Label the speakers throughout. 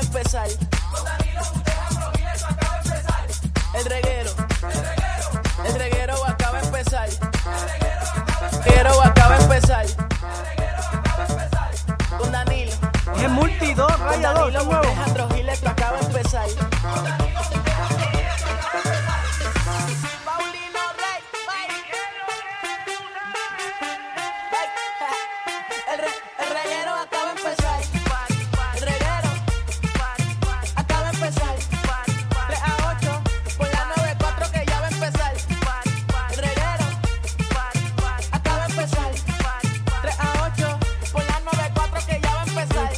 Speaker 1: empezar. El reguero. El reguero acaba de empezar. El reguero acaba de empezar. Con Danilo.
Speaker 2: Es multi 2,
Speaker 1: Con
Speaker 2: raya 2,
Speaker 1: Danilo
Speaker 2: son nuevos.
Speaker 1: Alejandro Giles, esto acaba de empezar. Paulino Rey, bye. El re- el reguero acaba de empezar. El reguero acaba de empezar. 3 a 8, por la 9-4 que ya va a empezar. El reguero acaba de empezar. 3 a 8, por la 9-4 que ya va a empezar.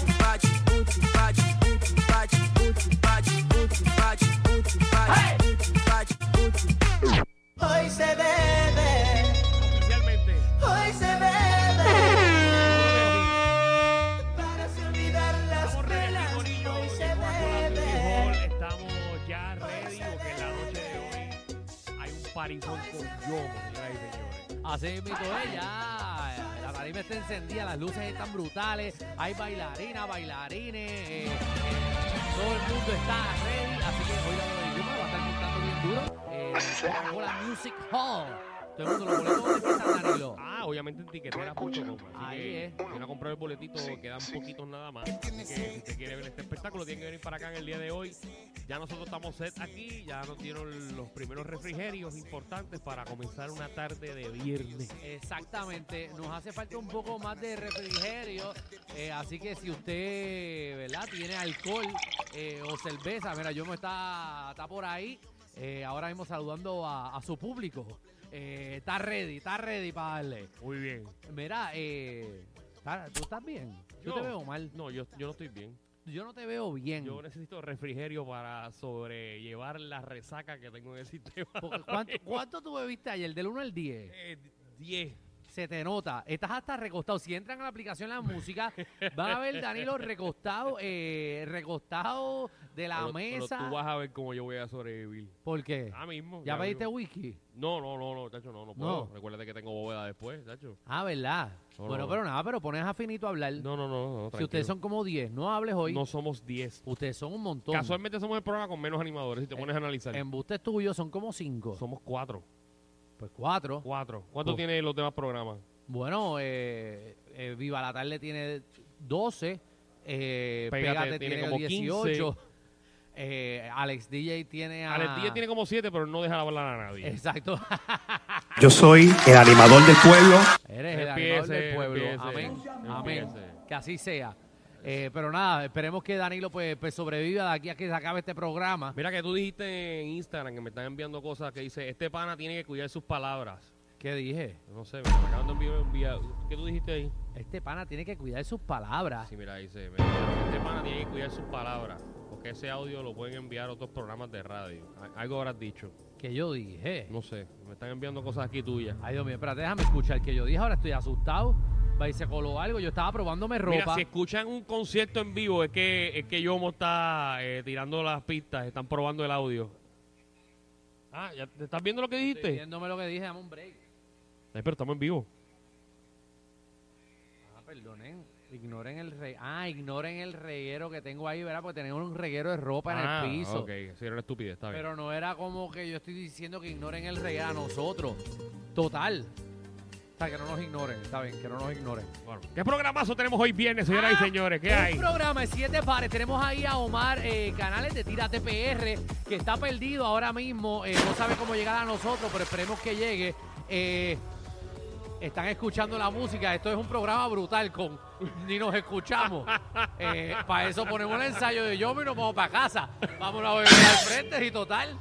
Speaker 1: Hoy se bebe,
Speaker 3: Oficialmente.
Speaker 1: hoy se bebe. Para se olvidar las
Speaker 3: Estamos ready,
Speaker 1: penas,
Speaker 3: Corillo.
Speaker 1: hoy se
Speaker 3: Llegó a Guanajuato Hall.
Speaker 1: bebe.
Speaker 3: Estamos ya ready porque en la noche de hoy hay un parizón con Yomo, señoras y señores.
Speaker 4: Así mismo es, ya. La tarima está encendida, las luces están brutales, hay bailarinas, bailarines, eh, eh, todo el mundo está ready, así que hoy la hora de Yuma va a estar montando bien duro. Eh, en Coca-Cola Music Hall. Todo el mundo lo boletos ¿dónde están, Danilo.
Speaker 3: Ah, obviamente en tiquetera.com.
Speaker 4: Ahí
Speaker 3: Así que
Speaker 4: es.
Speaker 3: si van a comprar el boletito, quedan poquitos nada más. Así que si usted quiere ver este espectáculo, tiene que venir para acá en el día de hoy. Ya nosotros estamos set aquí, ya nos dieron los primeros refrigerios importantes para comenzar una tarde de viernes.
Speaker 4: Exactamente, nos hace falta un poco más de refrigerio, eh, así que si usted, ¿verdad? Tiene alcohol eh, o cerveza, mira, yo me está, está por ahí, eh, ahora mismo saludando a, a su público. Eh, está ready, está ready para darle.
Speaker 3: Muy bien.
Speaker 4: Mira, eh, ¿tá- ¿tú estás bien?
Speaker 3: Yo.
Speaker 4: Yo, te veo mal.
Speaker 3: No, yo, yo no estoy bien.
Speaker 4: Yo no te veo bien.
Speaker 3: Yo necesito refrigerio para sobrellevar la resaca que tengo en el sistema.
Speaker 4: Porque ¿Cuánto, cuánto tú bebiste ayer? Del 1 al 10.
Speaker 3: Eh, 10.
Speaker 4: Se te nota. Estás hasta recostado. Si entran a la aplicación La Música, van a ver Danilo recostado, eh, recostado de la
Speaker 3: Pero- pero
Speaker 4: mesa.
Speaker 3: tú vas a ver cómo yo voy a sobrevivir.
Speaker 4: ¿Por qué?
Speaker 3: Ah, mismo.
Speaker 4: ¿Ya pediste
Speaker 3: mismo.
Speaker 4: whisky?
Speaker 3: No, no, no, no, tacho, no, no puedo.
Speaker 4: No.
Speaker 3: Recuérdate que tengo bóveda después, tacho.
Speaker 4: Ah, ¿verdad?
Speaker 3: No,
Speaker 4: bueno,
Speaker 3: no.
Speaker 4: pero nada, pero pones a Finito a hablar.
Speaker 3: No, no, no, no
Speaker 4: si ustedes son como 10, no hables hoy.
Speaker 3: No somos 10.
Speaker 4: Ustedes son un montón.
Speaker 3: Casualmente somos el programa con menos animadores, si te
Speaker 4: Eh,
Speaker 3: pones a analizar.
Speaker 4: Embustes tuyos son como 5.
Speaker 3: Somos 4.
Speaker 4: Pues 4.
Speaker 3: 4. ¿Cuánto
Speaker 4: Oh.
Speaker 3: tienen los demás programas?
Speaker 4: Bueno, eh, eh, Viva la Tarde tiene 12, eh, Pégate,
Speaker 3: Pégate tiene
Speaker 4: tiene,
Speaker 3: como
Speaker 4: 18, eh, Alex DJ tiene a...
Speaker 3: Alex Díaz tiene como 7, pero no deja la hablar a nadie.
Speaker 4: Exacto,
Speaker 5: Yo soy el animador del pueblo.
Speaker 4: eres el
Speaker 3: Empiece,
Speaker 4: animador del pueblo,
Speaker 3: empiece,
Speaker 4: amén, amén,
Speaker 3: empiece.
Speaker 4: que así sea. Eh, pero nada, esperemos que Danilo pues, pues, sobreviva de aquí a que se acabe este programa.
Speaker 3: Mira que tú dijiste en Instagram que me están enviando cosas que dice, este pana tiene que cuidar sus palabras.
Speaker 4: ¿Qué dije?
Speaker 3: No sé, me acaban de enviar, enviar- ¿Qué tú dijiste ahí?
Speaker 4: Este pana tiene que cuidar sus palabras.
Speaker 3: Sí, mira, dice, me dijeron, este pana tiene que cuidar sus palabras, porque ese audio lo pueden enviar a otros programas de radio. A- Algo habrás dicho.
Speaker 4: que yo dije?
Speaker 3: No sé, me están enviando cosas aquí tuyas.
Speaker 4: Ay, Dios mío, espérate, déjame escuchar que yo dije. Ahora estoy asustado. Va y se coló algo. Yo estaba probándome ropa.
Speaker 3: Mira, si escuchan un concierto en vivo, es que, es que Yomo está eh, tirando las pistas, están probando el audio. Ah, ¿ya te estás viendo lo que dijiste?
Speaker 4: Estoy viéndome lo que dije, dame un break.
Speaker 3: Ay, pero estamos en vivo.
Speaker 4: Ah, perdonen. Ignoren el re... Ah, ignoren el reguero que tengo ahí, ¿verdad? Porque tenemos un reguero de ropa
Speaker 3: Ah,
Speaker 4: en el piso.
Speaker 3: Ok, sí, era una estupidez, está bien.
Speaker 4: Pero no era como que yo estoy diciendo que ignoren el reguero a nosotros. Total. O sea, que no nos ignoren, está bien, que no nos ignoren.
Speaker 3: Bueno, ¿Qué programazo tenemos hoy viernes, señoras y
Speaker 4: Ah,
Speaker 3: señores? ¿Qué
Speaker 4: un
Speaker 3: hay?
Speaker 4: programa de siete pares. Tenemos ahí a Omar eh, Canales de Tira TPR, que está perdido ahora mismo. eh, no sabe cómo llegar a nosotros, pero esperemos que llegue. Eh, están escuchando la música. Esto es un programa brutal con ni nos escuchamos. Eh, para eso ponemos un ensayo de yo y nos vamos para casa. Vámonos a beber al frente y total.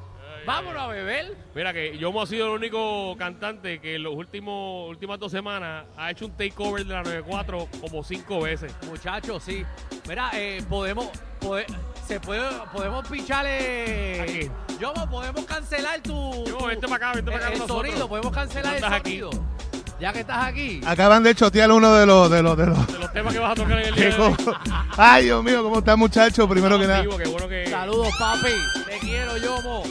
Speaker 4: Vámonos a beber.
Speaker 3: Mira que Yomo ha sido el único cantante que en las últimas dos semanas ha hecho un takeover de la 94 como cinco veces.
Speaker 4: Muchachos, sí. Mira, eh, podemos, pode- se puede, podemos picharle.
Speaker 3: Aquí.
Speaker 4: Yo podemos cancelar tu.
Speaker 3: Yomo,
Speaker 4: tu-
Speaker 3: vente para acá, vente para acá
Speaker 4: el, el
Speaker 3: con nosotros.
Speaker 4: sonido, podemos cancelar el
Speaker 3: Andas aquí. Ah,
Speaker 4: sonido. Ya que estás aquí.
Speaker 5: Acaban de chotear uno de los de los de los.
Speaker 3: De los temas que vas a tocar en el día
Speaker 5: que
Speaker 3: de hoy.
Speaker 5: co- Ay, Dios mío, cómo está muchacho. Primero que nada.
Speaker 3: Activo, qué bueno que...
Speaker 4: Saludos, papi. Te quiero, Yomo.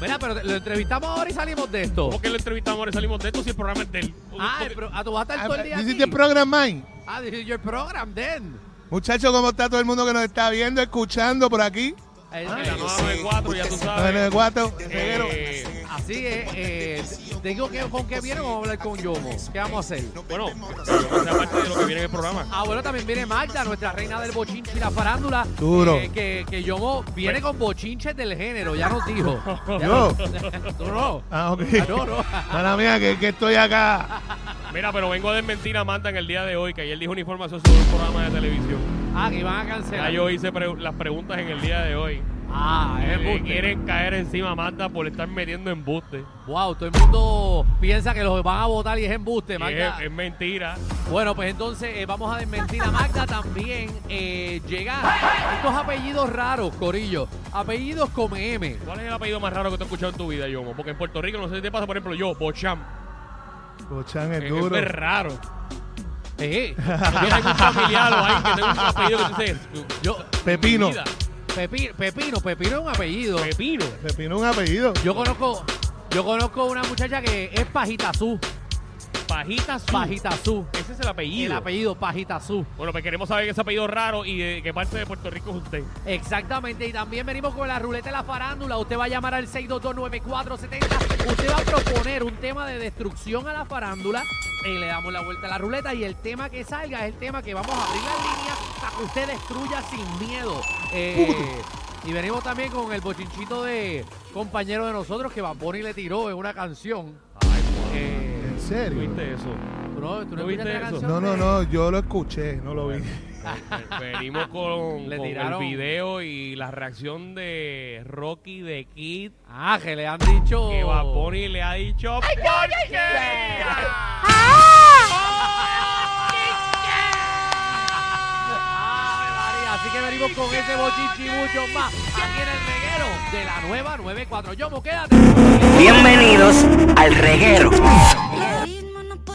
Speaker 4: Mira, pero te- lo entrevistamos ahora y salimos de esto.
Speaker 3: ¿Por qué lo entrevistamos ahora y salimos de esto si el programa es de él?
Speaker 4: Ah, el pro- ah, tú vas a estar todo el día.
Speaker 5: This is
Speaker 4: aquí?
Speaker 5: the program mine.
Speaker 4: ah, this is your program then.
Speaker 5: Muchachos, ¿cómo está todo el mundo que nos está viendo, escuchando por aquí?
Speaker 3: En
Speaker 4: Eh, eh,
Speaker 3: la 994, ya tú
Speaker 5: En el
Speaker 3: sabes.
Speaker 5: cuatro.
Speaker 3: Eh,
Speaker 4: así es. eh, te digo que con qué viene vamos a hablar con Yomo. ¿Qué vamos a hacer?
Speaker 3: bueno, que sea parte de lo que viene en el programa.
Speaker 4: Ah, bueno, también viene Magda, nuestra reina del bochinche y la farándula.
Speaker 5: Duro.
Speaker 4: Eh, que, que Yomo viene con bochinches del género, ya nos dijo. Ya
Speaker 5: Yo.
Speaker 4: nos- Tú no.
Speaker 5: Ah, ok.
Speaker 4: Ah, no, no.
Speaker 5: Mala mía, que, que estoy acá.
Speaker 3: Mira, pero vengo a desmentir a Manta en el día de hoy, que ayer dijo una información sobre un programa de televisión.
Speaker 4: Ah, que van a cancelar.
Speaker 3: Ya yo hice pre- las preguntas en el día de hoy.
Speaker 4: Ah, es
Speaker 3: Eh,
Speaker 4: embuste.
Speaker 3: quieren caer encima a Manta por estar metiendo embuste.
Speaker 4: Wow, todo el mundo piensa que los van a votar y es embuste,
Speaker 3: Y
Speaker 4: Magda.
Speaker 3: Es, em- es mentira.
Speaker 4: Bueno, pues entonces eh, vamos a desmentir a Magda también. Eh, llega estos apellidos raros, Corillo. Apellidos con M.
Speaker 3: ¿Cuál es el apellido más raro que te has escuchado en tu vida, Yomo? Porque en Puerto Rico, no sé si te pasa, por ejemplo, yo, Bocham.
Speaker 5: Bochan es
Speaker 3: Es,
Speaker 5: duro.
Speaker 3: es raro.
Speaker 4: Eh,
Speaker 3: Yo tengo un familiar o alguien que tenga un apellido que tú dices,
Speaker 4: yo,
Speaker 5: Pepino.
Speaker 3: vida.
Speaker 4: Pepi- Pepino, Pepino es un apellido.
Speaker 3: Pepino.
Speaker 5: Pepino es un apellido.
Speaker 4: Yo conozco, yo conozco una muchacha que es Pajitazú.
Speaker 3: Pajita Azul.
Speaker 4: Pajitazú.
Speaker 3: Ese es el apellido.
Speaker 4: El apellido Pajitazú.
Speaker 3: Bueno, pues queremos saber ese apellido raro y de qué parte de Puerto Rico es usted.
Speaker 4: Exactamente, y también venimos con la ruleta de la farándula. Usted va a llamar al 6229470. Usted va a proponer un tema de destrucción a la farándula. Y le damos la vuelta a la ruleta. Y el tema que salga es el tema que vamos a abrir las líneas para que usted destruya sin miedo. Eh, y venimos también con el bochinchito de compañero de nosotros que Bad Bunny le tiró en una canción. Eh,
Speaker 5: ¿En serio?
Speaker 3: ¿Viste eso?
Speaker 4: ¿Tú no, tú
Speaker 3: ¿No
Speaker 4: no escuchaste
Speaker 3: viste
Speaker 4: la
Speaker 3: eso?
Speaker 4: canción?
Speaker 5: No, no,
Speaker 4: de-
Speaker 5: no, yo lo escuché, no lo vi.
Speaker 3: Pues, Venimos con,
Speaker 4: Le
Speaker 3: con el
Speaker 4: tiraron.
Speaker 3: video y la reacción de Rocky de Kid.
Speaker 4: Ah, que le han dicho.
Speaker 3: Que Bad Bunny le ha dicho. ¡Porquería!
Speaker 4: Ave María, Así que venimos con ese bochinchi y mucho más aquí en el reguero de la nueva 94. Yomo, quédate.
Speaker 2: Bienvenidos al reguero.